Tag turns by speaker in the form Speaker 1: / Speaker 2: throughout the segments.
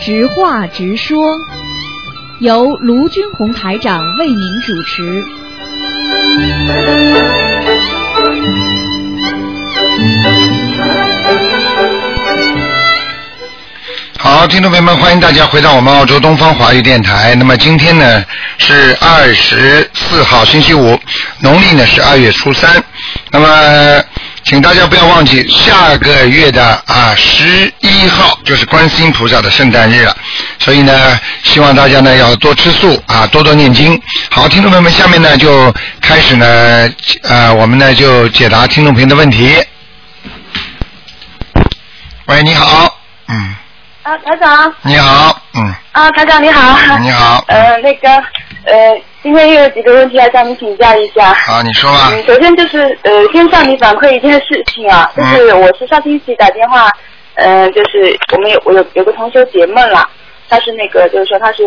Speaker 1: 直话直说，由卢军红台长为您主持。
Speaker 2: 好，听众朋友们，欢迎大家回到我们澳洲东方华语电台。那么今天呢是二十四号星期五，农历呢是二月初三。那么请大家不要忘记，下个月的啊十一号就是观世音菩萨的圣诞日了，所以呢，希望大家呢要多吃素啊，多多念经。好，听众朋友们，下面呢就开始呢，呃，我们呢就解答听众朋友的问题。喂，你好，嗯，
Speaker 3: 啊，台长
Speaker 2: 你好，嗯，
Speaker 3: 啊，台长你好。
Speaker 2: 你好，
Speaker 3: 呃，那个，呃，今天又有几个问题来向你请教一下。
Speaker 2: 好，你说吧，
Speaker 3: 嗯，首先就是呃，先向你反馈一件事情啊，就是我是上星期打电话，呃，就是我们有我有有个同学解梦了，他是那个就是说他是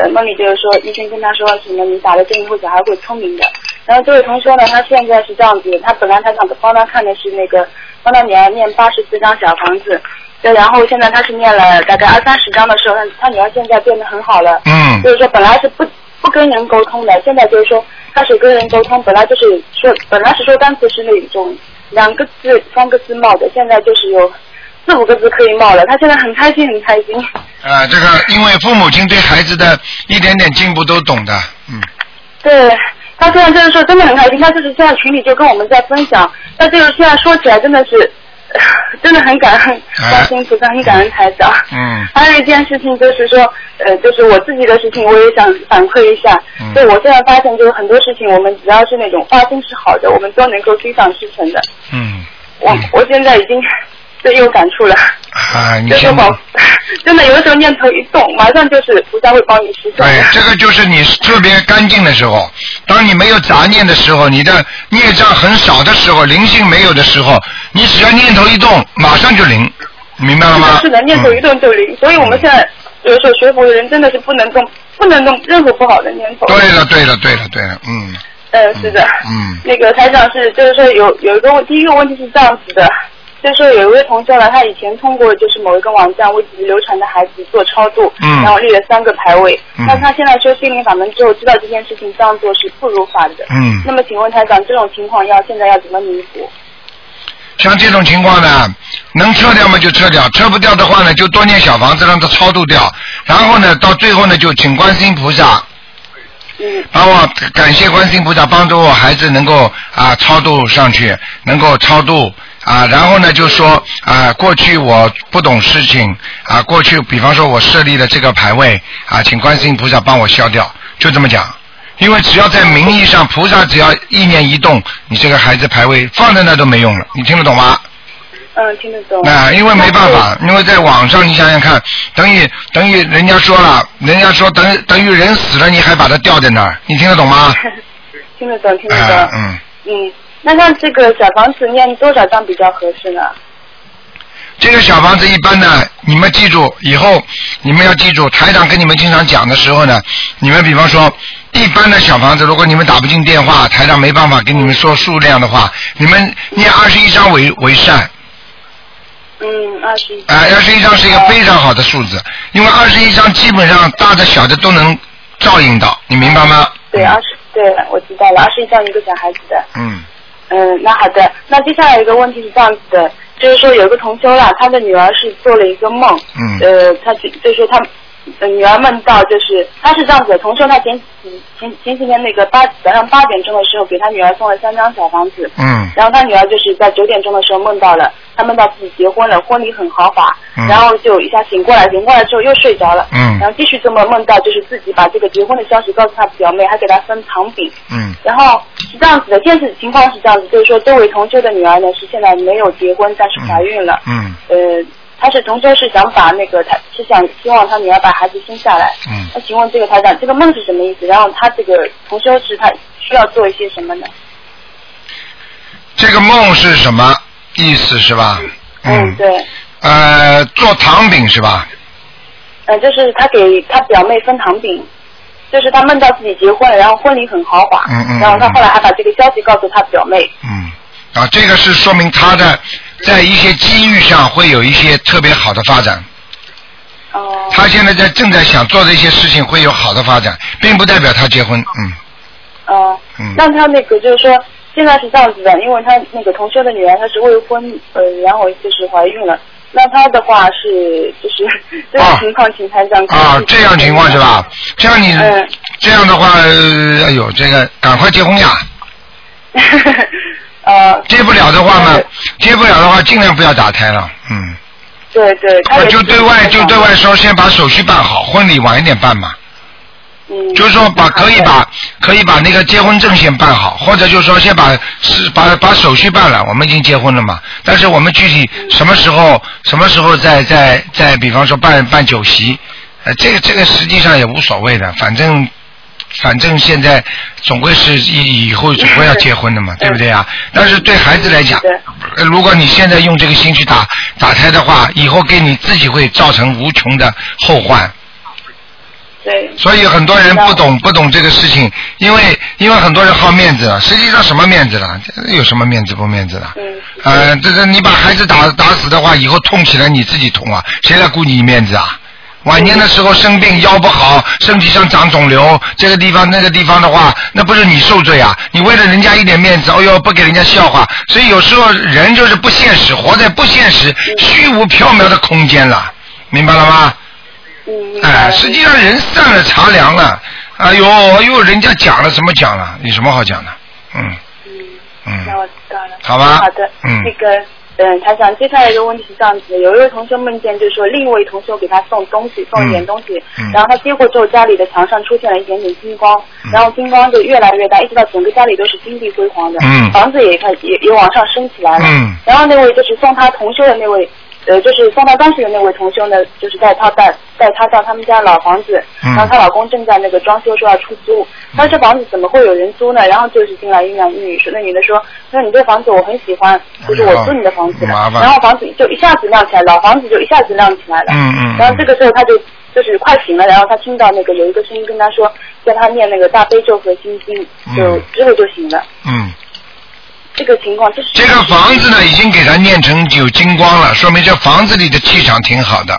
Speaker 3: 呃梦里就是说医生跟他说什么你打了针以后小孩会聪明的，然后这位同学呢他现在是这样子，他本来他想帮他看的是那个帮他女儿念八十四张小房子，对，然后现在他是念了大概二三十张的时候，他他女儿现在变得很好了，
Speaker 2: 嗯
Speaker 3: 就是说本来是不不跟人沟通的，现在就是说开始跟人沟通，本来就是说本来是说单词是那种两个字三个字冒的，现在就是有四五个字可以冒了，他现在很开心很开 心。
Speaker 2: 啊，这个因为父母亲对孩子的一点点进步都懂的，嗯，
Speaker 3: 对，他现在就是说真的很开心，他就是现在群里就跟我们在分享，他这个现在说起来真的是，呃真的很感恩
Speaker 2: 哎
Speaker 3: 观世音菩萨，很感恩台长。
Speaker 2: 嗯
Speaker 3: 还有一件事情就是说，呃，就是我自己的事情，我也想反馈一下。
Speaker 2: 嗯
Speaker 3: 对，我现在发现就是很多事情，我们只要是那种发心是好的，我们都能够心想事成的。
Speaker 2: 嗯，
Speaker 3: 我、
Speaker 2: 嗯
Speaker 3: 我现在已经对有感触了，
Speaker 2: 啊， 你
Speaker 3: 就是
Speaker 2: 先。
Speaker 3: 往真的有的时候念头一动，马上就是菩萨会帮你实现的。
Speaker 2: 对，哎这个就是你特别干净的时候，当你没有杂念的时候，你的孽障很少的时候，灵性没有的时候，你只要念头一动，马上就灵，明白了吗？嗯
Speaker 3: 是的，念头一动就灵。所以我们现在有时候学佛的人真的是不能动，不能动任何不好的念头。
Speaker 2: 嗯。对了，对了，对了，对了，嗯，
Speaker 3: 嗯，是的。
Speaker 2: 嗯
Speaker 3: 那个台长是，就是说有有一个问，第一个问题是这样子的，就是说有一位同修呢，他以前通过就是某一个网站为自己流产的孩子做超度，
Speaker 2: 嗯
Speaker 3: 然后立了三个牌位。
Speaker 2: 嗯
Speaker 3: 那他现在修心灵法门之后，知道这件事情这样做是不如法的。
Speaker 2: 嗯
Speaker 3: 那么请问台长，这种情况要现在要怎么弥补？
Speaker 2: 像这种情况呢，能撤掉嘛就撤掉，撤不掉的话呢，就多念小房子让它超度掉，然后呢，到最后呢，就请观世音菩萨
Speaker 3: 嗯，
Speaker 2: 帮我感谢观世音菩萨帮助我孩子能够啊超度上去，能够超度啊，然后呢就说啊过去我不懂事情啊，过去比方说我设立了这个牌位啊，请观世音菩萨帮我消掉，就这么讲。因为只要在名义上，菩萨只要意念一动，你这个孩子牌位放在那都没用了，你听得懂吗？
Speaker 3: 嗯，听得懂。
Speaker 2: 啊，因为没办法，因为在网上你想想看，等于等于人家说了，人家说等等于人死了，你还把它吊在那儿，你听得懂吗？
Speaker 3: 听得懂，听得懂。
Speaker 2: 啊，嗯，
Speaker 3: 嗯，那像这个小房子念多少张比较合适呢？
Speaker 2: 这个小房子一般呢，你们记住以后，你们要记住，台长跟你们经常讲的时候呢，你们比方说一般的小房子，如果你们打不进电话，台长没办法跟你们说数量的话，你们念二十一章为为善。
Speaker 3: 嗯，二十一。
Speaker 2: 啊、二十一章是一个非常好的数字，因为二十一章基本上大的小的都能照应到，你明白吗？
Speaker 3: 对，二十，对，我知道了，二十一张一个小孩子的。
Speaker 2: 嗯。
Speaker 3: 嗯，那好的，那接下来一个问题是这样子的，就是说有一个同修啦，他的女儿是做了一个梦，
Speaker 2: 嗯
Speaker 3: 呃，他就就是说他、呃女儿梦到就是他是这样子的，同修他前几前前几天那个八早上八点钟的时候给他女儿送了三张小房子，
Speaker 2: 嗯
Speaker 3: 然后他女儿就是在九点钟的时候梦到了，他梦到自己结婚了，婚礼很豪华，
Speaker 2: 嗯
Speaker 3: 然后就一下醒过来，醒过来之后又睡着了，
Speaker 2: 嗯
Speaker 3: 然后继续这么梦到，就是自己把这个结婚的消息告诉他表妹，还给她分糖饼，
Speaker 2: 嗯
Speaker 3: 然后是这样子的，现实情况是这样子，就是说这位同修的女儿呢是现在没有结婚，但是怀孕了，
Speaker 2: 嗯
Speaker 3: 呃，她是同修是想把那个她是想希望她女儿把孩子生下来，
Speaker 2: 嗯，
Speaker 3: 那请问这个台长，这个梦是什么意思？然后她这个同修是她需要做一些什么呢？
Speaker 2: 这个梦是什么意思是吧？嗯，
Speaker 3: 对。
Speaker 2: 呃，做糖饼是吧？
Speaker 3: 呃，就是他给他表妹分糖饼，就是他梦到自己结婚了，然后婚礼很豪华，
Speaker 2: 嗯嗯
Speaker 3: 然后他后来还把这个消息告诉他表妹，
Speaker 2: 嗯，啊，这个是说明他的在一些机遇上会有一些特别好的发展，
Speaker 3: 哦、
Speaker 2: 他现在在正在想做的一些事情会有好的发展，并不代表他结婚，嗯
Speaker 3: 哦、
Speaker 2: 嗯
Speaker 3: 那他那个就是说，现在是这样子的，因为他那个同修的女儿她是未婚，呃，然后就是怀孕了。那她的话是就是 这种情况，请台长
Speaker 2: 啊，这样情况是吧？？这样你、
Speaker 3: 嗯
Speaker 2: 这样的话，呃哎呦，这个赶快结婚呀！嗯
Speaker 3: 呃，
Speaker 2: 结不了的话嘛
Speaker 3: 对，
Speaker 2: 结不了的话，尽量不要打胎了，嗯，
Speaker 3: 对对，她
Speaker 2: 我
Speaker 3: 也
Speaker 2: 啊就是对外就对外说，先把手续办好，婚礼晚一点办嘛。
Speaker 3: 嗯，
Speaker 2: 就是说把可以把可以把那个结婚证先办好，或者就是说先把是把把手续办了，我们已经结婚了嘛。但是我们具体什么时候什么时候再再再，比方说办办酒席，呃，这个这个实际上也无所谓的，反正。反正现在总归是以以后总归要结婚的嘛，对不对啊？但是对孩子来讲
Speaker 3: 对，
Speaker 2: 呃如果你现在用这个心去打打胎的话，以后给你自己会造成无穷的后患。
Speaker 3: 对
Speaker 2: 所以很多人不懂不懂这个事情，因为因为很多人好面子，啊实际上什么面子了？有什么面子不面子的？
Speaker 3: 嗯
Speaker 2: 呃，这个你把孩子打打死的话，以后痛起来你自己痛啊，谁来顾你面子啊？晚年的时候生病腰不好，身体上长肿瘤，这个地方那个地方的话，那不是你受罪啊！你为了人家一点面子，哦哟，不给人家笑话，所以有时候人就是不现实，活在不现实、虚无缥缈的空间了，明白了吗？
Speaker 3: 嗯，
Speaker 2: 哎，实际上人散了茶凉了，哎呦哎呦，人家讲了什么讲了？有什么好讲的？嗯
Speaker 3: 嗯。那
Speaker 2: 嗯
Speaker 3: 我知道了。
Speaker 2: 好吧
Speaker 3: 好的。
Speaker 2: 嗯
Speaker 3: 那个，嗯，台长，接下来一个问题是这样子的：有一位同学梦见，就是说另一位同学给他送东西，送一点东西，
Speaker 2: 嗯嗯
Speaker 3: 然后他接过之后，家里的墙上出现了一点点金光，
Speaker 2: 嗯
Speaker 3: 然后金光就越来越大，一直到整个家里都是金碧辉煌的，
Speaker 2: 嗯
Speaker 3: 房子也开始也也往上升起来了。
Speaker 2: 嗯
Speaker 3: 然后那位就是送他同修的那位。呃，就是送他当时的那位同修呢，就是带他带带他到他们家老房子，
Speaker 2: 嗯
Speaker 3: 然后她老公正在那个装修，说要出租。她说这房子怎么会有人租呢？然后就是进来一男一女，说那女的说，她说你这房子我很喜欢，就是我租你的房子的。
Speaker 2: 哎呦麻烦
Speaker 3: 然后房子就一下子亮起来，老房子就一下子亮起来了。
Speaker 2: 嗯嗯
Speaker 3: 然后这个时候她就就是快醒了，然后她听到那个有一个声音跟她说，叫她念那个大悲咒和心经，就
Speaker 2: 嗯
Speaker 3: 之后就醒了。
Speaker 2: 嗯，
Speaker 3: 这个情况就是
Speaker 2: 这个房子呢已经给他念成有金光了，说明这房子里的气场挺好的。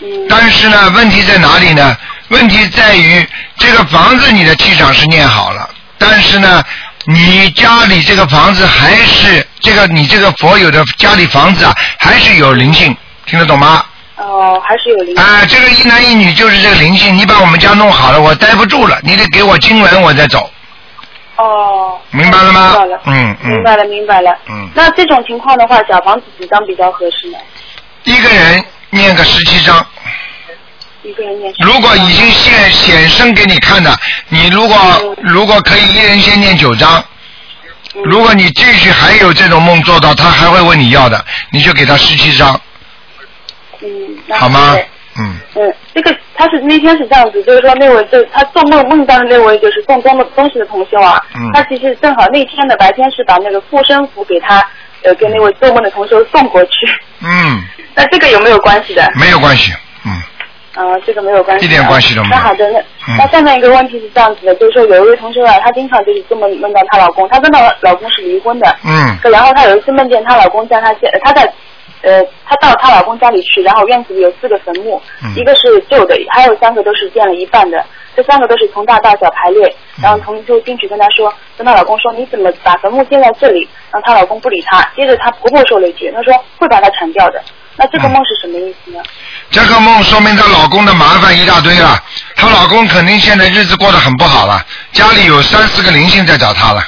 Speaker 3: 嗯
Speaker 2: 但是呢，问题在哪里呢？问题在于这个房子你的气场是念好了，但是呢，你家里这个房子还是这个你这个佛友的家里房子啊，还是有灵性，听得懂吗？
Speaker 3: 哦、还是有灵性。
Speaker 2: 啊，这个一男一女就是这个灵性，你把我们家弄好了，我待不住了，你得给我经文，我再走，
Speaker 3: 哦，
Speaker 2: 明白了吗
Speaker 3: 明白了，
Speaker 2: 嗯嗯
Speaker 3: 明白了，明白了。
Speaker 2: 嗯
Speaker 3: 那这种情况的话，小房子几张比较合适呢？
Speaker 2: 一个人念个十七章。
Speaker 3: 一个人念十
Speaker 2: 如果
Speaker 3: 张
Speaker 2: 已经现显身给你看的，你如果如果可以一人先念九章，
Speaker 3: 嗯
Speaker 2: 如果你继续还有这种梦做到，他还会问你要的，你就给他十七章，
Speaker 3: 嗯，那
Speaker 2: 好吗
Speaker 3: 对？
Speaker 2: 嗯，
Speaker 3: 嗯，这个他是那天是这样子，就是说那位就他做梦梦到的那位就是送东的东西的同修啊，
Speaker 2: 嗯
Speaker 3: 他其实正好那天的白天是把那个护身符给他呃给那位做梦的同修送过去，
Speaker 2: 嗯，
Speaker 3: 那这个有没有关系的？
Speaker 2: 没有关系，嗯，
Speaker 3: 啊，这个没有关系啊，
Speaker 2: 一点关系都没有
Speaker 3: 那好的，那、
Speaker 2: 嗯
Speaker 3: 那下面一个问题是这样子的，就是说有一位同学啊，她经常就是做梦梦到她老公，她跟她老公是离婚的，
Speaker 2: 嗯
Speaker 3: 可然后她有一次梦见她老公在她家，呃她在，呃，她到她老公家里去，然后院子里有四个坟墓，
Speaker 2: 嗯
Speaker 3: 一个是旧的，还有三个都是建了一半的，这三个都是从大到小排列。
Speaker 2: 嗯
Speaker 3: 然后同修进去跟她说，跟她老公说你怎么把坟墓建在这里？然后她老公不理她，接着她婆婆说了一句，她说会把它铲掉的。那
Speaker 2: 嗯
Speaker 3: 这个梦是什么意思呢？
Speaker 2: 这个梦说明她老公的麻烦一大堆了，她老公肯定现在日子过得很不好了，家里有三四个灵性在找她了，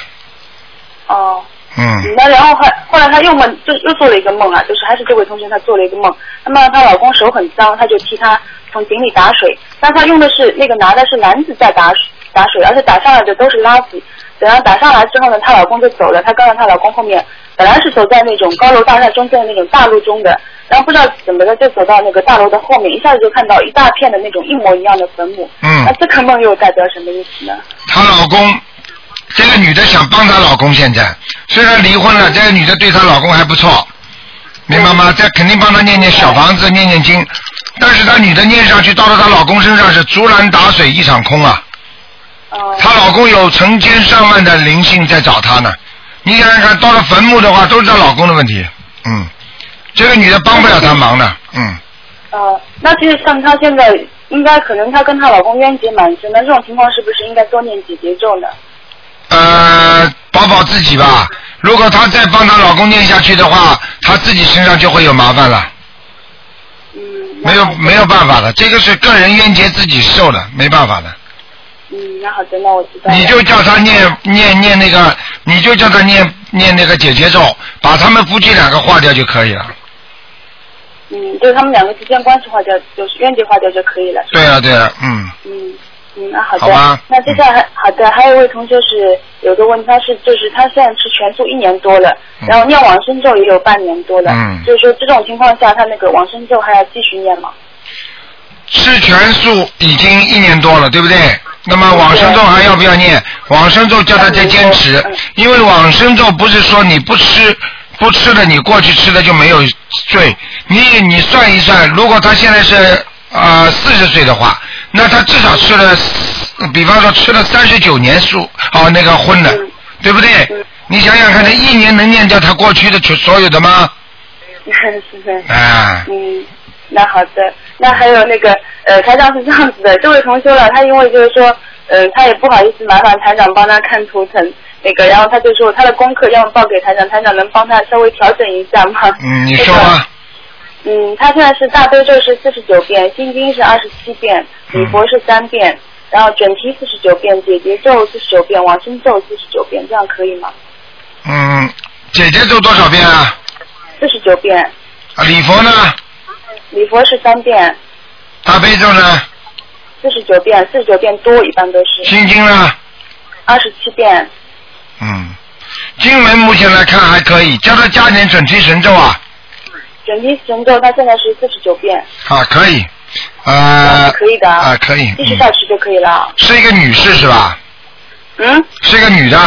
Speaker 3: 哦、
Speaker 2: 嗯，
Speaker 3: 那然后还后来她又梦，就又做了一个梦啊，就是还是这位同学她做了一个梦，那么她老公手很脏，她就替他从井里打水，但她用的是那个拿的是篮子在打水打水，而且打上来的都是垃圾。等到打上来之后呢，她老公就走了，她跟在她老公后面，本来是走在那种高楼大厦中间的那种大路中的，然后不知道怎么的就走到那个大楼的后面，一下子就看到一大片的那种一模一样的坟墓。
Speaker 2: 嗯
Speaker 3: 那这个梦又代表什么意思呢？
Speaker 2: 她老公，这个女的想帮她老公，现在虽然离婚了，这个女的对她老公还不错，明白吗？这肯定帮她念念小房子，念念经，但是她女的念上去，到了她老公身上是竹篮打水一场空啊，
Speaker 3: 哦、
Speaker 2: 她老公有成千上万的灵性在找她呢，你想想看，到了坟墓的话，都是她老公的问题，嗯，这个女的帮不了她忙的，嗯。
Speaker 3: 哦、呃，那就是像她现在，应该可能她跟她老公冤结蛮深的，这种情况是不是应该多念几节咒呢？
Speaker 2: 呃，保保自己吧。如果她再帮她老公念下去的话，她自己身上就会有麻烦了，
Speaker 3: 嗯，那
Speaker 2: 没有
Speaker 3: 好的
Speaker 2: 没有办法的，这个是个人冤结自己受的，没办法的。
Speaker 3: 嗯，那好的，那我知道了。
Speaker 2: 你就叫他念念念那个，你就叫他念念那个姐姐咒，把他们夫妻两个化掉就可以了。
Speaker 3: 嗯，就是他们两个之间关系化掉，就是冤结化掉就可以了。是吧
Speaker 2: 对了对了，嗯，
Speaker 3: 嗯嗯，那好的。
Speaker 2: 好吧
Speaker 3: 那接下来还好的，还有一位同学是有个问题，他是就是他现在吃全素一年多了，
Speaker 2: 嗯
Speaker 3: 然后念往生咒也有半年多了，
Speaker 2: 嗯
Speaker 3: 就是说这种情况下，他那个往生咒还要继续念吗？
Speaker 2: 吃全素已经一年多了，对不对？那么往生咒还要不要念？往生咒叫他再坚持
Speaker 3: 嗯，
Speaker 2: 因为往生咒不是说你不吃。不吃的，你过去吃的就没有罪。你你算一算，如果他现在是呃四十岁的话，那他至少吃了，比方说吃了三十九年素，哦那个荤的，
Speaker 3: 嗯
Speaker 2: 对不对
Speaker 3: 嗯？
Speaker 2: 你想想看，他一年能念掉他过去的全所有的吗？
Speaker 3: 是的。
Speaker 2: 啊，
Speaker 3: 嗯，那好的，那还有那个呃，台长是这样子的，这位同修了，他因为就是说，呃，他也不好意思麻烦台长帮他看图腾，那个，然后他就说他的功课要报给台长，台长能帮他稍微调整一下吗？
Speaker 2: 嗯，你说吧。
Speaker 3: 嗯，他现在是大悲咒是四十九遍，心经是二十七遍，
Speaker 2: 嗯
Speaker 3: 礼佛是三遍，然后准提四十九遍，解结咒四十九遍，往生咒四十九遍，这样可以吗？
Speaker 2: 嗯，姐姐咒多少遍啊？
Speaker 3: 四十九遍，
Speaker 2: 啊礼佛呢？
Speaker 3: 礼佛是三遍，
Speaker 2: 大悲咒呢？
Speaker 3: 四十九遍，四十九遍多一般都是
Speaker 2: 心经呢？
Speaker 3: 二十七遍。
Speaker 2: 嗯，经文目前来看还可以，叫他加点准提神咒啊，
Speaker 3: 准提神咒，它现在是四十九遍，
Speaker 2: 啊可以，呃，
Speaker 3: 可以的
Speaker 2: 啊、可以，
Speaker 3: 继续
Speaker 2: 嗯
Speaker 3: 下去就可以了。
Speaker 2: 是一个女士是吧？
Speaker 3: 嗯，
Speaker 2: 是一个女的，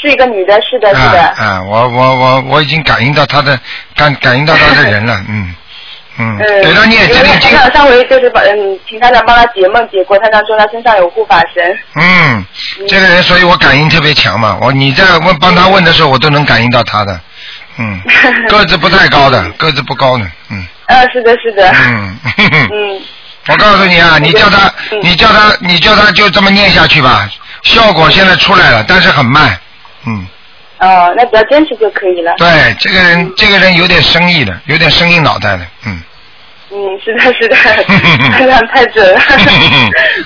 Speaker 3: 是一个女的，是的，是
Speaker 2: 啊
Speaker 3: 的。
Speaker 2: 啊，我我我我已经感应到她的感感应到她的人了， 嗯嗯，
Speaker 3: 嗯，
Speaker 2: 给她念这
Speaker 3: 因为
Speaker 2: 个
Speaker 3: 台
Speaker 2: 经，
Speaker 3: 长上回就是把嗯，请台长帮他解梦解过，台长说他身上有护法神。
Speaker 2: 嗯，这个人，所以我感应特别强嘛，我你在问帮她问的时候，我都能感应到她的， 嗯，个子不太高的，个子不高的，嗯
Speaker 3: 嗯，是的，是的。
Speaker 2: 嗯。哼哼
Speaker 3: 嗯，
Speaker 2: 我告诉你啊，你叫他，
Speaker 3: 嗯
Speaker 2: 你叫他，你叫他就这么念下去吧，效果现在出来了，但是很慢。嗯，
Speaker 3: 哦，那只要坚持就可以了。
Speaker 2: 对，这个人，这个人有点生意的，有点生意脑袋的， 嗯，。
Speaker 3: 嗯，是的，是的， 台长太准了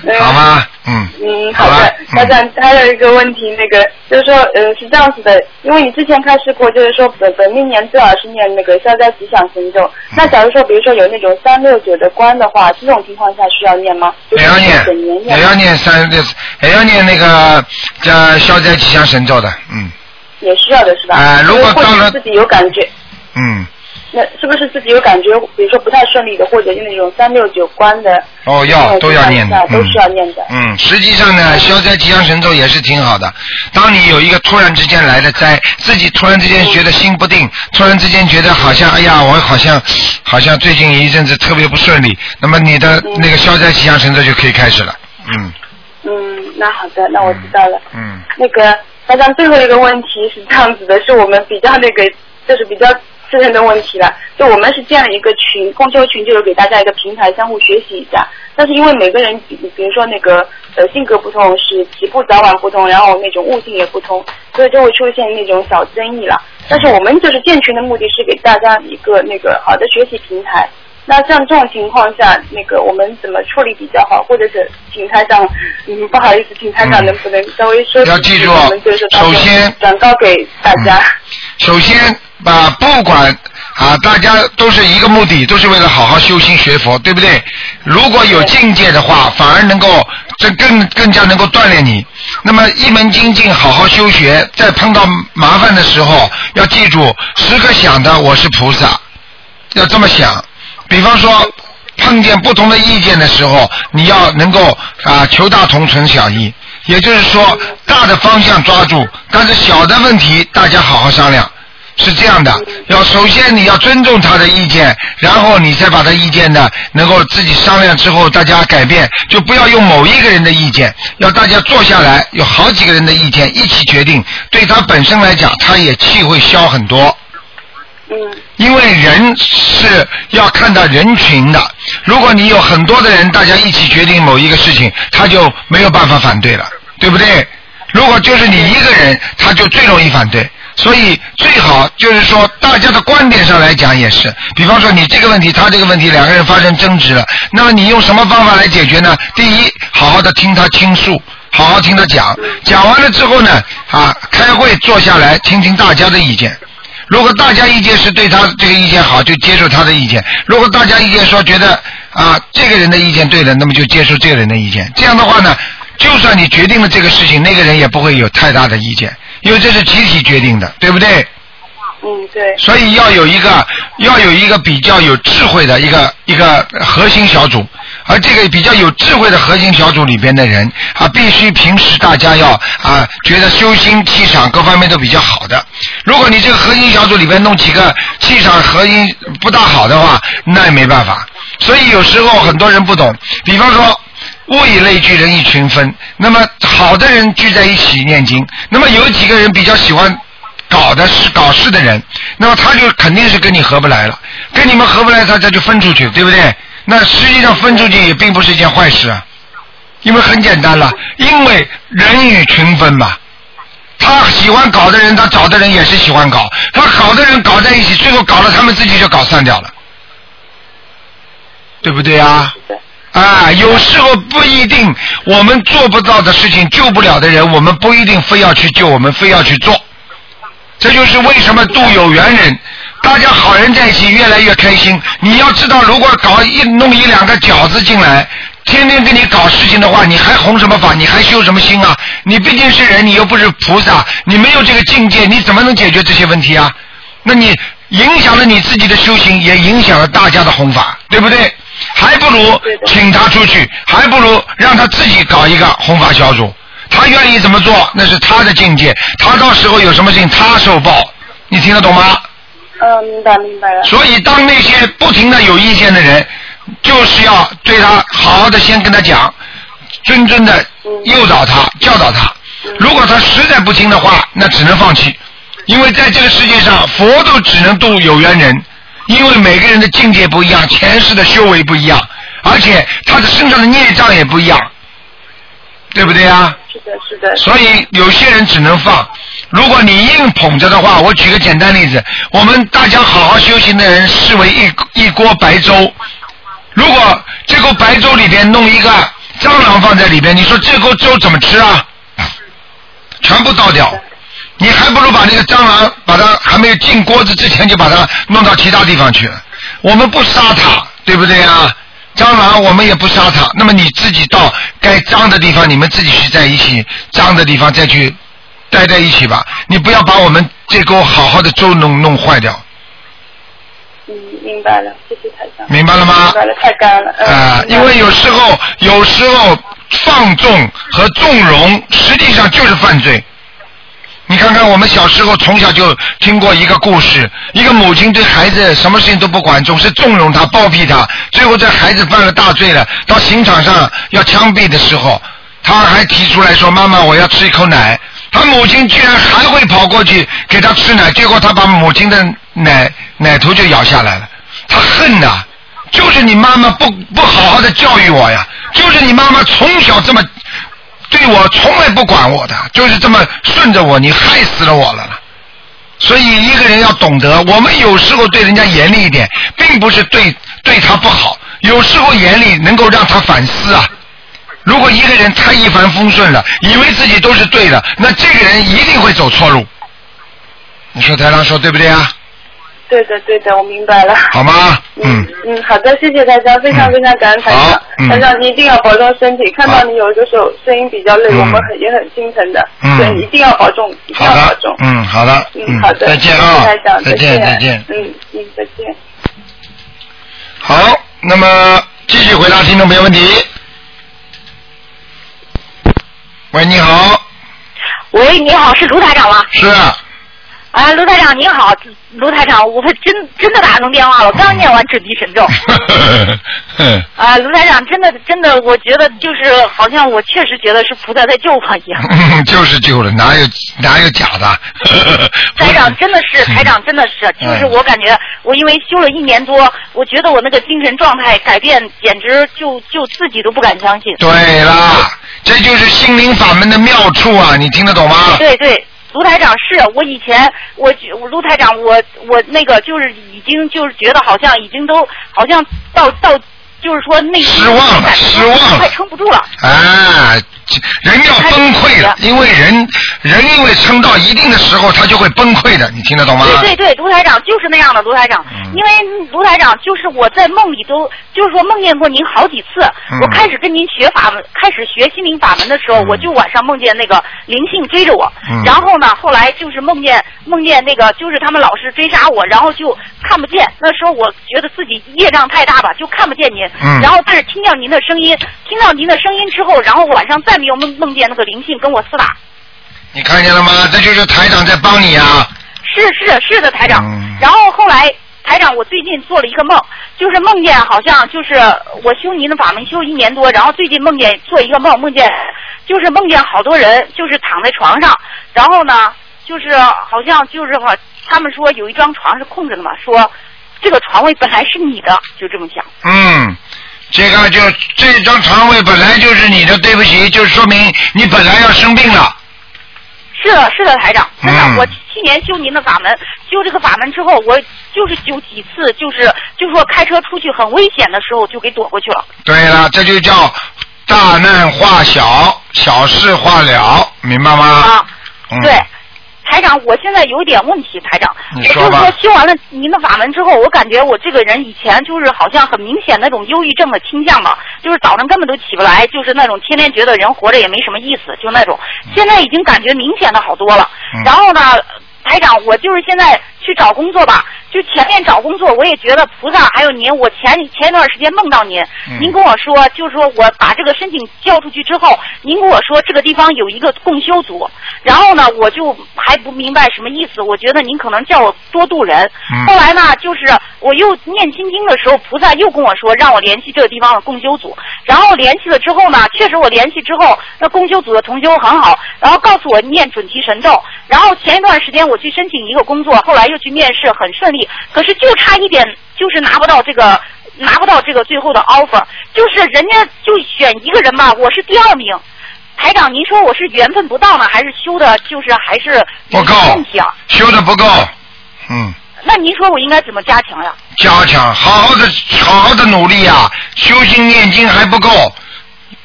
Speaker 3: 嗯
Speaker 2: 好？吗？嗯，
Speaker 3: 嗯，
Speaker 2: 好
Speaker 3: 好
Speaker 2: 吧
Speaker 3: 的。台长，还有一个问题，那个就是说，嗯，是这样子的，因为你之前开示过，就是说本本命年最好是念那个消灾吉祥神咒。那假如说，比如说有那种三六九的关的话，这种情况下需要念吗？就是
Speaker 2: 也要
Speaker 3: 本年
Speaker 2: 念，也要
Speaker 3: 念，
Speaker 2: 念三六，也要念那个叫消灾吉祥神咒的，嗯
Speaker 3: 也需要的是吧？
Speaker 2: 哎如果
Speaker 3: 就是或
Speaker 2: 到
Speaker 3: 者
Speaker 2: 了
Speaker 3: 是自己有感觉，
Speaker 2: 嗯，
Speaker 3: 那是不是自己有感觉，比如说不太顺利的，或者是那种三六九关的？
Speaker 2: 哦，要都要念的，
Speaker 3: 都
Speaker 2: 嗯
Speaker 3: 是要念的。
Speaker 2: 嗯，实际上呢，消灾吉祥神咒也是挺好的。当你有一个突然之间来的灾，自己突然之
Speaker 3: 嗯
Speaker 2: 间觉得心不定，突然之间觉得好像哎呀，我好像好像最近一阵子特别不顺利，那么你的
Speaker 3: 嗯
Speaker 2: 那个消灾吉祥神咒就可以开始了。嗯，
Speaker 3: 嗯，那好的，那我知道了。
Speaker 2: 嗯，
Speaker 3: 那个，台长，最后一个问题是这样子的，是我们比较那个，就是比较私人的问题了。就我们是建了一个群，共修群，就是给大家一个平台，相互学习一下。但是因为每个人，比比如说那个呃性格不同，是起步早晚不同，然后那种悟性也不同，所以就会出现那种小争议了。但是我们就是建群的目的是给大家一个那个好的学习平台。那像这种情况下，那个我们怎么处理比较好，或者是请台长，嗯，不好意思，请台长
Speaker 2: 嗯
Speaker 3: 能不能稍微说
Speaker 2: 要记住
Speaker 3: 我们就是把
Speaker 2: 首先
Speaker 3: 转告给大家。
Speaker 2: 首先啊，不管啊，大家都是一个目的，都是为了好好修心学佛，对不对？如果有境界的话，反而能够这更更加能够锻炼你。那么一门精进，好好修学，在碰到麻烦的时候，要记住时刻想着我是菩萨，要这么想。比方说，碰见不同的意见的时候，你要能够啊求大同存小异，也就是说大的方向抓住，但是小的问题大家好好商量。是这样的，要首先你要尊重他的意见，然后你再把他意见呢，能够自己商量之后，大家改变，就不要用某一个人的意见，要大家坐下来，有好几个人的意见一起决定，对他本身来讲，他也气会消很多。
Speaker 3: 嗯
Speaker 2: 因为人是要看到人群的。如果你有很多的人，大家一起决定某一个事情，他就没有办法反对了，对不对？如果就是你一个人，他就最容易反对。所以最好就是说，大家的观点上来讲也是，比方说你这个问题，他这个问题，两个人发生争执了，那么你用什么方法来解决呢？第一，好好的听他倾诉，好好听他讲，讲完了之后呢，啊，开会坐下来听听大家的意见，如果大家意见是对他这个意见好，就接受他的意见；如果大家意见说觉得啊这个人的意见对了，那么就接受这个人的意见。这样的话呢，就算你决定了这个事情，那个人也不会有太大的意见，因为这是集体决定的，对不对？
Speaker 3: 嗯，对，
Speaker 2: 所以要有一个要有一个比较有智慧的一个一个核心小组，而这个比较有智慧的核心小组里边的人啊，必须平时大家要啊觉得修心气场各方面都比较好的。如果你这个核心小组里边弄几个气场核心不大好的话，那也没办法。所以有时候很多人不懂，比方说物以类聚，人以群分。那么好的人聚在一起念经，那么有几个人比较喜欢搞的事、搞事的人，那么他就肯定是跟你合不来了，跟你们合不来，他他就分出去，对不对？那实际上分出去也并不是一件坏事啊，因为很简单了，因为人以群分嘛。他喜欢搞的人，他找的人也是喜欢搞，他搞的人搞在一起，最后搞了他们自己就搞散掉了，对不对啊？
Speaker 3: 是的，
Speaker 2: 啊，有时候不一定我们做不到的事情，救不了的人，我们不一定非要去救，我们非要去做。这就是为什么渡有缘人，大家好人在一起越来越开心。你要知道，如果搞一弄一两个饺子进来，天天跟你搞事情的话，你还弘什么法？你还修什么心啊？你毕竟是人，你又不是菩萨，你没有这个境界，你怎么能解决这些问题啊？那你影响了你自己的修行，也影响了大家的弘法，对不对？还不如
Speaker 3: 对的
Speaker 2: 请他出去，还不如让他自己搞一个弘法小组。他愿意怎么做，那是他的境界。他到时候有什么事情，他受报。你听得懂吗？
Speaker 3: 嗯，明白明白了，
Speaker 2: 所以，当那些不停的有意见的人，就是要对他好好的先跟他讲，谆谆的诱导他、教导他。如果他实在不听的话，那只能放弃，因为在这个世界上，佛都只能渡有缘人，因为每个人的境界不一样，前世的修为不一样，而且他的身上的孽障也不一样，对不对啊？
Speaker 3: 是的，是的，
Speaker 2: 所以有些人只能放。如果你硬捧着的话，我举个简单例子，我们大家好好修行的人视为一一锅白粥，如果这锅白粥里边弄一个蟑螂放在里边，你说这锅粥怎么吃啊？全部倒掉，你还不如把那个蟑螂，把它还没有进锅子之前就把它弄到其他地方去。我们不杀它，对不对啊？蟑螂我们也不杀它，那么你自己到该脏的地方，你们自己去在一起脏的地方再去待在一起吧。你不要把我们这锅好好的粥弄弄坏掉，
Speaker 3: 嗯，明白了，谢谢台长，
Speaker 2: 明白了吗？
Speaker 3: 明白了，太干了，嗯
Speaker 2: 啊、
Speaker 3: 明白
Speaker 2: 因
Speaker 3: 了
Speaker 2: 为有时候有时候放纵和纵容实际上就是犯罪。你看看我们小时候从小就听过一个故事，一个母亲对孩子什么事情都不管，总是纵容他、包庇他，最后这孩子犯了大罪了，到刑场上要枪毙的时候，他还提出来说：“妈妈，我要吃一口奶。”他母亲居然还会跑过去给他吃奶，结果他把母亲的奶奶头就咬下来了，他恨呐、就是你妈妈不不好好的教育我呀，就是你妈妈从小这么对我从来不管我的，就是这么顺着我，你害死了我了啦。所以一个人要懂得，我们有时候对人家严厉一点，并不是对对他不好，有时候严厉能够让他反思啊。如果一个人太一帆风顺了，以为自己都是对的，那这个人一定会走错路。你说台长说对不对啊？
Speaker 3: 对的，对的，我明白了。
Speaker 2: 好吗？嗯。
Speaker 3: 嗯，好的，谢谢台长，非常
Speaker 2: 嗯
Speaker 3: 非常感恩台
Speaker 2: 好
Speaker 3: 长。
Speaker 2: 嗯
Speaker 3: 台长，你一定要保重身体。看
Speaker 2: 好
Speaker 3: 到你有的时候声音比较累，
Speaker 2: 嗯
Speaker 3: 我们很也很心疼的。
Speaker 2: 嗯
Speaker 3: 对，一定要保重，一定
Speaker 2: 好
Speaker 3: 要保
Speaker 2: 的
Speaker 3: 重，。
Speaker 2: 嗯，好的，
Speaker 3: 嗯，好的，
Speaker 2: 再见
Speaker 3: 谢谢
Speaker 2: 啊
Speaker 3: 台，长，
Speaker 2: 再见，再见。
Speaker 3: 嗯嗯，再见。
Speaker 2: 好，那么继续回答听众朋友问题。喂，你好，
Speaker 4: 喂，你好，是卢台长吗？
Speaker 2: 啊是，
Speaker 4: 哎，卢台长您好，卢台长，我真真的打通电话了，我刚念完准提神 咒。
Speaker 2: 嗯
Speaker 4: 啊，卢台长，真的真的，我觉得就是好像我确实觉得是菩萨在救我 一样。
Speaker 2: 就是救了，哪有哪有假的？
Speaker 4: 台长真的是，台长真的是，
Speaker 2: 嗯
Speaker 4: 就是我感觉我因为修了一年多，我觉得我那个精神状态改变，简直就就自己都不敢相信。
Speaker 2: 对啦，这就是心灵法门的妙处啊！你听得懂吗？
Speaker 4: 对对，卢台长是我以前我觉我卢台长我我那个就是已经就是觉得好像已经都好像到到就是说内心
Speaker 2: 失望了
Speaker 4: 感觉
Speaker 2: 失望了
Speaker 4: 快撑不住了。
Speaker 2: 啊，人要崩溃了，因为人人因为撑到一定的时候，他就会崩溃的，你听得懂吗？
Speaker 4: 对对对，卢台长就是那样的卢台长，
Speaker 2: 嗯
Speaker 4: 因为卢台长就是我在梦里都就是说梦见过您好几次。
Speaker 2: 嗯
Speaker 4: 我开始跟您学法门，开始学心灵法门的时候，
Speaker 2: 嗯
Speaker 4: 我就晚上梦见那个灵性追着我，
Speaker 2: 嗯
Speaker 4: 然后呢，后来就是梦见梦见那个就是他们老是追杀我，然后就看不见。那时候我觉得自己业障太大吧，就看不见您。
Speaker 2: 嗯
Speaker 4: 然后但是听到您的声音，听到您的声音之后，然后晚上再没有梦梦见那个灵性跟我厮打。
Speaker 2: 你看见了吗？这就是台长在帮你啊！
Speaker 4: 是是是的，台长。
Speaker 2: 嗯
Speaker 4: 然后后来，台长，我最近做了一个梦，就是梦见好像就是我修您的法门修一年多，然后最近梦见做一个梦，梦见就是梦见好多人就是躺在床上，然后呢，就是好像就是好，他们说有一张床是空着的嘛，说这个床位本来是你的，就这么想。
Speaker 2: 嗯，这个就这张床位本来就是你的，对不起，就说明你本来要生病了。
Speaker 4: 是的，是的，台长，真的，
Speaker 2: 嗯
Speaker 4: 我去年修您的法门，修这个法门之后，我就是有几次，就是就是说开车出去很危险的时候，就给躲过去了。
Speaker 2: 对了，这就叫大难化小，小事化了，明白吗？
Speaker 4: 啊，
Speaker 2: 嗯、
Speaker 4: 对，台长，我现在有点问题，台长，
Speaker 2: 你
Speaker 4: 我
Speaker 2: 说
Speaker 4: 就是
Speaker 2: 吧
Speaker 4: 说修完了您的法门之后，我感觉我这个人以前就是好像很明显那种忧郁症的倾向吧，就是早上根本都起不来，就是那种天天觉得人活着也没什么意思，就那种。现在已经感觉明显的好多了。
Speaker 2: 嗯
Speaker 4: 然后呢，台长，我就是现在去找工作吧，就前面找工作，我也觉得菩萨还有您，我前前一段时间梦到您，
Speaker 2: 嗯
Speaker 4: 您跟我说，就是说我把这个申请交出去之后，您跟我说这个地方有一个共修组，然后呢，我就还不明白什么意思，我觉得您可能叫我多度人。
Speaker 2: 嗯
Speaker 4: 后来呢，就是我又念心经的时候，菩萨又跟我说让我联系这个地方的共修组，然后联系了之后呢，确实我联系之后，那共修组的同修很好，然后告诉我念准提神咒，然后前一段时间我去申请一个工作，后来又去面试，很顺利，可是就差一点就是拿不到这个。拿不到这个最后的 offer，就是人家就选一个人嘛，我是第二名。台长，您说我是缘分不到呢，还是修的，就是还是
Speaker 2: 不够
Speaker 4: 问题啊？
Speaker 2: 修的不够，嗯。
Speaker 4: 那您说我应该怎么加强呀？
Speaker 2: 加强，好好的好好的努力啊！修心念经还不够，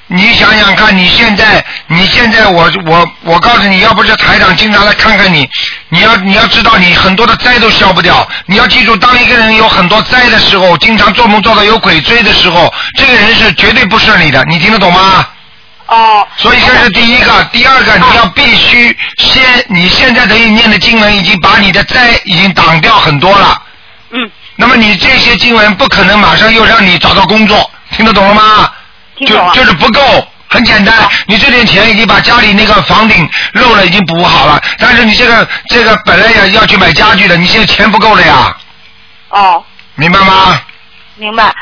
Speaker 2: 你想想看，你现在你现在我我我告诉你，要不是台长经常来看看你，你要你要知道你很多的灾都消不掉。你要记住，当一个人有很多灾的时候，经常做梦做到有鬼追的时候，这个人是绝对不顺利的。你听得懂吗？
Speaker 4: 哦，
Speaker 2: 所以这是第一个，第二个你要必须先，你现在等于念的经文已经把你的灾已经挡掉很多了。
Speaker 4: 嗯，
Speaker 2: 那么你这些经文不可能马上又让你找到工作，听得懂了吗？
Speaker 4: 听懂了
Speaker 2: 就就是不够，很简单，你这点钱已经把家里那个房顶漏了已经补好了，但是你这个这个本来要要去买家具的，你现在钱不够了呀，
Speaker 4: 哦，
Speaker 2: 明白吗？
Speaker 4: 明白。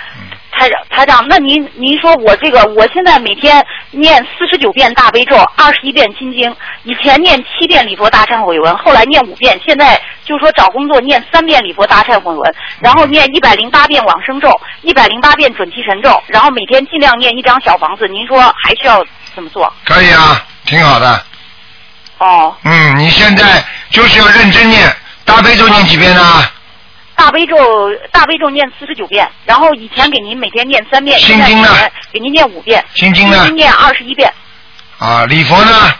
Speaker 4: 台长，台长，那您您说我这个，我现在每天念四十九遍大悲咒，二十一遍心经，以前念七遍礼佛大忏悔文，后来念五遍，现在就说找工作念三遍礼佛大忏悔文，然后念一百零八遍往生咒，一百零八遍准提神咒，然后每天尽量念一张小房子。您说还需要怎么做？
Speaker 2: 可以啊，挺好的。
Speaker 4: 哦，
Speaker 2: 嗯，你现在就是要认真念大悲咒念几遍啊呢、
Speaker 4: 大悲咒，大悲咒念四十九遍，然后以前给您每天念三遍，
Speaker 2: 心
Speaker 4: 现在
Speaker 2: 经
Speaker 4: 给
Speaker 2: 呢
Speaker 4: 您给您念五遍，
Speaker 2: 心经呢
Speaker 4: 心经念二十一遍，
Speaker 2: 啊，礼佛呢？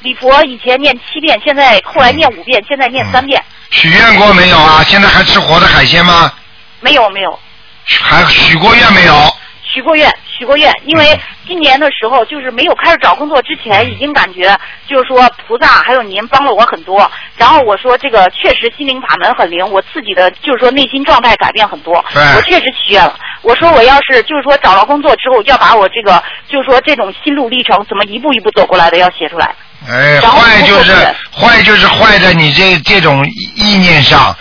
Speaker 4: 礼佛以前念七遍，现在后来念五遍，现在念三遍，
Speaker 2: 许愿过没有啊？现在还吃活的海鲜吗？
Speaker 4: 没有没有，
Speaker 2: 还许过愿没有？
Speaker 4: 许过愿，许过愿，因
Speaker 2: 嗯
Speaker 4: 为今年的时候就是没有开始找工作之前，已经感觉就是说菩萨还有您帮了我很多，然后我说这个确实心灵法门很灵，我自己的就是说内心状态改变很多，
Speaker 2: 对
Speaker 4: 我确实许愿了。我说我要是就是说找到工作之后，要把我这个就是说这种心路历程怎么一步一步走过来的要写出来。
Speaker 2: 哎，
Speaker 4: 然后
Speaker 2: 坏就是
Speaker 4: 如果
Speaker 2: 坏就是坏在你这这种意念上，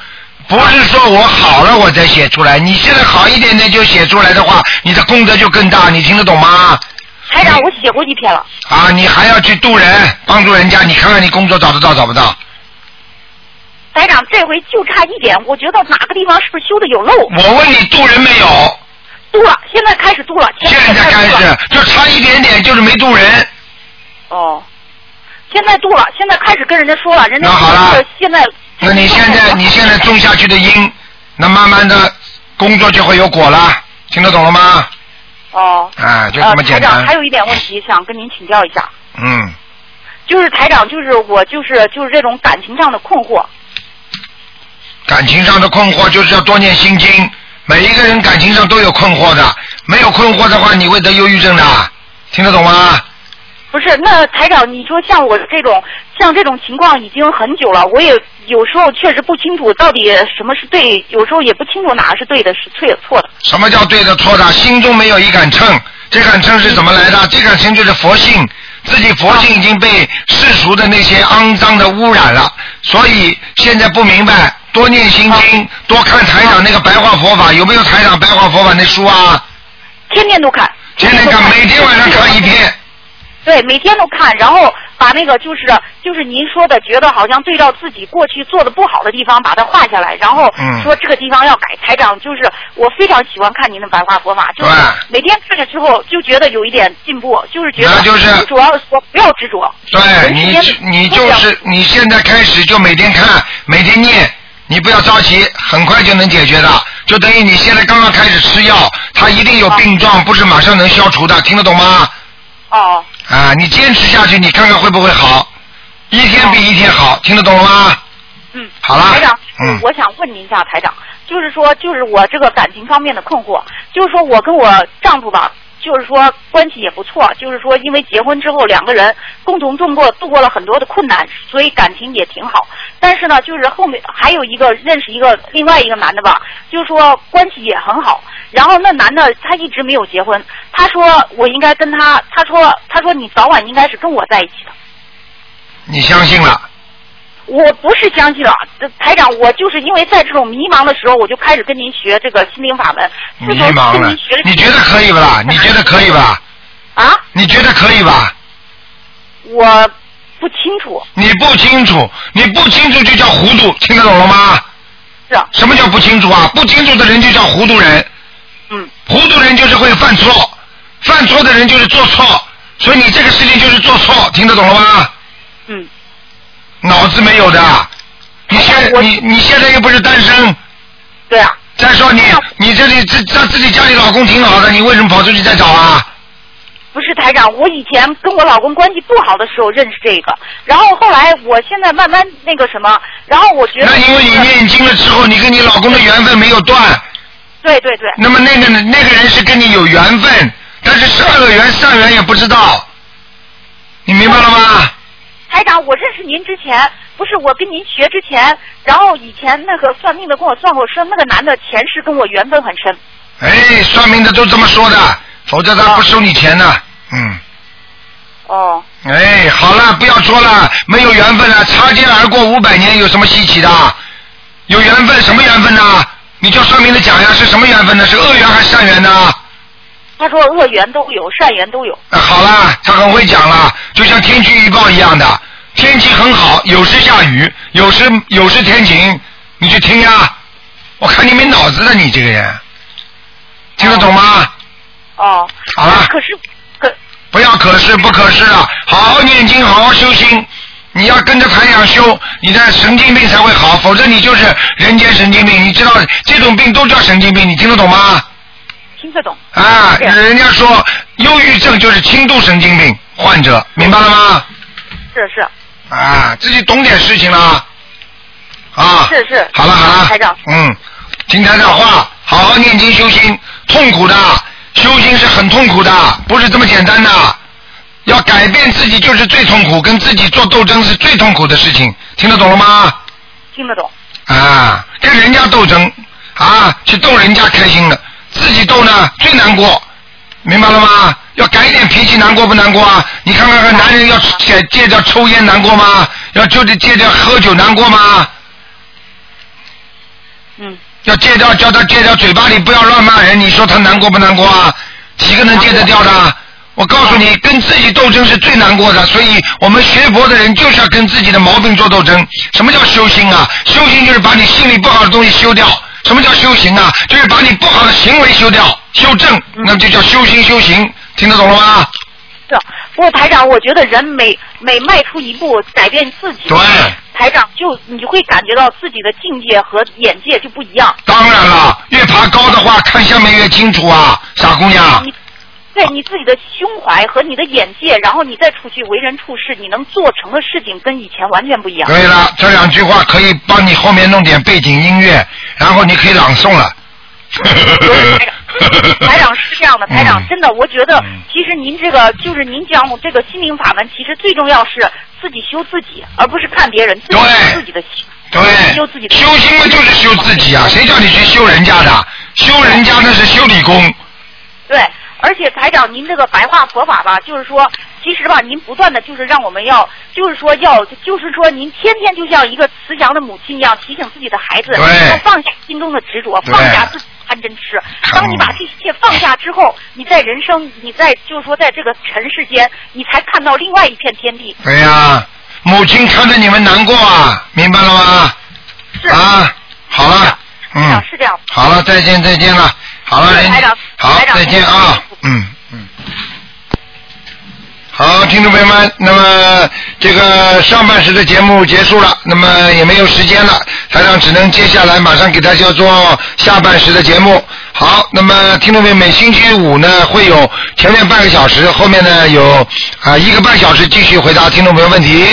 Speaker 2: 不是说我好了我再写出来，你现在好一点点就写出来的话，你的功德就更大，你听得懂吗？
Speaker 4: 台长，我写过一篇了，
Speaker 2: 啊，你还要去度人，帮助人家，你看看你工作找得到找不到？
Speaker 4: 台长这回就差一点，我觉得哪个地方是不是修的有漏？
Speaker 2: 我问你度人没有？
Speaker 4: 度了，现在开始度了，前
Speaker 2: 现
Speaker 4: 面
Speaker 2: 在开
Speaker 4: 度了
Speaker 2: 始就差一点点，就是没度人。
Speaker 4: 哦，现在度了，现在开始跟人家说了，人家
Speaker 2: 那好了
Speaker 4: 说现在
Speaker 2: 那你现在你现在种下去的因，那慢慢的工作就会有果了，听得懂了吗？
Speaker 4: 哦，
Speaker 2: 啊，就这么简
Speaker 4: 呃。台
Speaker 2: 单
Speaker 4: 长，还。有一点问题想跟您请教一下，
Speaker 2: 嗯，
Speaker 4: 就是台长，就是我就是就是这种感情上的困惑，
Speaker 2: 感情上的困惑就是要多念心经。每一个人感情上都有困惑的，没有困惑的话，你会得忧郁症的，听得懂吗？
Speaker 4: 不是，那台长，你说像我这种像这种情况已经很久了，我也有时候确实不清楚到底什么是对，有时候也不清楚哪个是对的，是错错的。
Speaker 2: 什么叫对的错的？心中没有一杆秤，这杆秤是怎么来的？这杆秤就是佛性，自己佛性已经被世俗的那些肮脏的污染了，所以现在不明白，多念心经，多看台长那个白话佛法，有没有台长白话佛法那书啊？
Speaker 4: 天天都看，
Speaker 2: 天天
Speaker 4: 啊
Speaker 2: 看，每天晚上看一篇。
Speaker 4: 对，每天都看，然后把那个就是就是您说的，觉得好像对照自己过去做的不好的地方，把它画下来，然后
Speaker 2: 嗯
Speaker 4: 说这个地方要改。台长，就是我非常喜欢看您的白话佛法，就是
Speaker 2: 对
Speaker 4: 每天看了之后就觉得有一点进步，就是觉
Speaker 2: 那
Speaker 4: 得
Speaker 2: 就是
Speaker 4: 主要是说不要执着。
Speaker 2: 对
Speaker 4: 人之
Speaker 2: 你就，你
Speaker 4: 间不
Speaker 2: 就
Speaker 4: 要
Speaker 2: 是你现在开始就每天看，每天念，你不要着急，很快就能解决的。就等于你现在刚刚开始吃药，它一定有病状，不是马上能消除的，听得懂吗？
Speaker 4: 哦。
Speaker 2: 啊，你坚持下去，你看看会不会好，一天比一天好，听得懂了吗？
Speaker 4: 嗯，
Speaker 2: 好啦
Speaker 4: 台长，
Speaker 2: 嗯
Speaker 4: 我想问您一下，台长，就是说，就是我这个感情方面的困惑，就是说我跟我丈夫吧，就是说关系也不错，就是说因为结婚之后两个人共同度过度过了很多的困难，所以感情也挺好。但是呢，就是后面还有一个认识一个另外一个男的吧，就是说关系也很好。然后那男的他一直没有结婚，他说我应该跟他，他说他说你早晚应该是跟我在一起的。
Speaker 2: 你相信了？
Speaker 4: 我不是相信了，这台长，我就是因为在这种迷茫的时候，我就开始跟您学这个心灵法门。
Speaker 2: 迷
Speaker 4: 自从
Speaker 2: 茫
Speaker 4: 跟
Speaker 2: 了
Speaker 4: 您学了，
Speaker 2: 你觉得可以不啦？你觉得可以吧？
Speaker 4: 啊？
Speaker 2: 你觉得可以吧？
Speaker 4: 我不清楚，
Speaker 2: 你不清楚，你不清楚就叫糊涂，听得懂了吗？
Speaker 4: 是啊
Speaker 2: 什么叫不清楚啊？不清楚的人就叫糊涂人。
Speaker 4: 嗯，
Speaker 2: 糊涂人就是会犯错，犯错的人就是做错，所以你这个事情就是做错，听得懂了吗？
Speaker 4: 嗯，
Speaker 2: 脑子没有的，你现
Speaker 4: 我
Speaker 2: 你你现在又不是单身，
Speaker 4: 对啊，
Speaker 2: 再说你
Speaker 4: 哎呀
Speaker 2: 你这里自自自己家里老公挺好的，你为什么跑出去再找啊？
Speaker 4: 不是台长，我以前跟我老公关系不好的时候认识这个，然后后来我现在慢慢那个什么，然后我觉得
Speaker 2: 那因为你念经了之后，你跟你老公的缘分没有断，
Speaker 4: 对对对，
Speaker 2: 那么那个那个人是跟你有缘分，但是是恶缘善缘也不知道，你明白了吗？
Speaker 4: 台长，我认识您之前，不是我跟您学之前，然后以前那个算命的跟我算过，说那个男的前世跟我缘分很深。
Speaker 2: 哎，算命的都这么说的，否则他不收你钱的。嗯，
Speaker 4: 哦，
Speaker 2: 哎，好了，不要说了，没有缘分了，擦肩而过五百年有什么稀奇的？有缘分什么缘分呢？你叫算命的讲呀，是什么缘分呢？是恶缘还是善缘呢？
Speaker 4: 他说恶缘都有，善缘都有。
Speaker 2: 啊，好啦，他很会讲了，就像天气预报一样的，天气很好，有时下雨，有时有时天晴，你去听呀。我看你没脑子的，你这个人，听得懂吗？
Speaker 4: 哦，
Speaker 2: 好了
Speaker 4: 可是可
Speaker 2: 不要可是不可是了，好好念经，好好修心。你要跟着台长修，你的神经病才会好，否则你就是人间神经病。你知道这种病都叫神经病，你听得懂吗？
Speaker 4: 听得懂。
Speaker 2: 啊，
Speaker 4: 对
Speaker 2: 人家说忧郁症就是轻度神经病患者，明白了吗？
Speaker 4: 是是
Speaker 2: 啊，自己懂点事情了。啊，
Speaker 4: 是是
Speaker 2: 好了好了，
Speaker 4: 台长
Speaker 2: 嗯，听台长话，好好念经修心，痛苦的，修心是很痛苦的，不是这么简单的。要改变自己就是最痛苦，跟自己做斗争是最痛苦的事情，听得懂了吗？
Speaker 4: 听得懂。
Speaker 2: 啊，跟人家斗争，啊，去逗人家开心的，自己斗呢最难过，明白了吗？要改一点脾气，难过不难过啊？你看看看，男人要戒戒掉抽烟难过吗？要就得戒掉喝酒难过吗？
Speaker 4: 嗯，
Speaker 2: 要戒掉，叫他戒掉嘴巴里不要乱骂人，你说他难过不难过啊？几个能戒得掉的？啊我告诉你，跟自己斗争是最难过的，所以我们学佛的人就是要跟自己的毛病做斗争。什么叫修心啊？修心就是把你心里不好的东西修掉。什么叫修行啊？就是把你不好的行为修掉、修正，那就叫修心修行。听得懂了吗？
Speaker 4: 是。不过台长，我觉得人每每迈出一步，改变自己，
Speaker 2: 对，
Speaker 4: 台长就你会感觉到自己的境界和眼界就不一样。
Speaker 2: 当然了，越爬高的话，看下面越清楚啊，傻姑娘。
Speaker 4: 你对你自己的胸怀和你的眼界，然后你再出去为人处事，你能做成的事情跟以前完全不一样。
Speaker 2: 对了，这两句话可以帮你后面弄点背景音乐，然后你可以朗诵了。
Speaker 4: 台长是这样的， 台长
Speaker 2: 嗯
Speaker 4: 真的，我觉得其实您这个就是您讲这个心灵法门，其实最重要是自己修自己，而不是看别人，自己
Speaker 2: 对
Speaker 4: 修自己的心。
Speaker 2: 对，
Speaker 4: 修自己的
Speaker 2: 修心嘛就是修自己啊，谁叫你去修人家的？修人家那是修理工。
Speaker 4: 对，而且台长，您这个白话佛法吧，就是说，其实吧，您不断的就是让我们要，就是说要，就是说，您天天就像一个慈祥的母亲一样，提醒自己的孩子，
Speaker 2: 对
Speaker 4: 要放下心中的执着，
Speaker 2: 对嗯
Speaker 4: 放下自己的贪嗔痴。当你把这一切放下之后，你在人生，你在就是说，在这个尘世间，你才看到另外一片天地。
Speaker 2: 对哎呀、母亲看着你们难过啊，明白了吗？
Speaker 4: 是，
Speaker 2: 啊，好了，
Speaker 4: 台
Speaker 2: 嗯
Speaker 4: 长，是这样。
Speaker 2: 好了，再见，再见了，好了，人
Speaker 4: 台长
Speaker 2: 好
Speaker 4: 台，长
Speaker 2: 再见啊，嗯嗯。好，听众朋友们，那么这个上半时的节目结束了，那么也没有时间了，台长只能接下来马上给大家做下半时的节目。好，那么听众朋友们，每星期五呢会有前面半个小时，后面呢有啊、一个半小时继续回答听众朋友问题。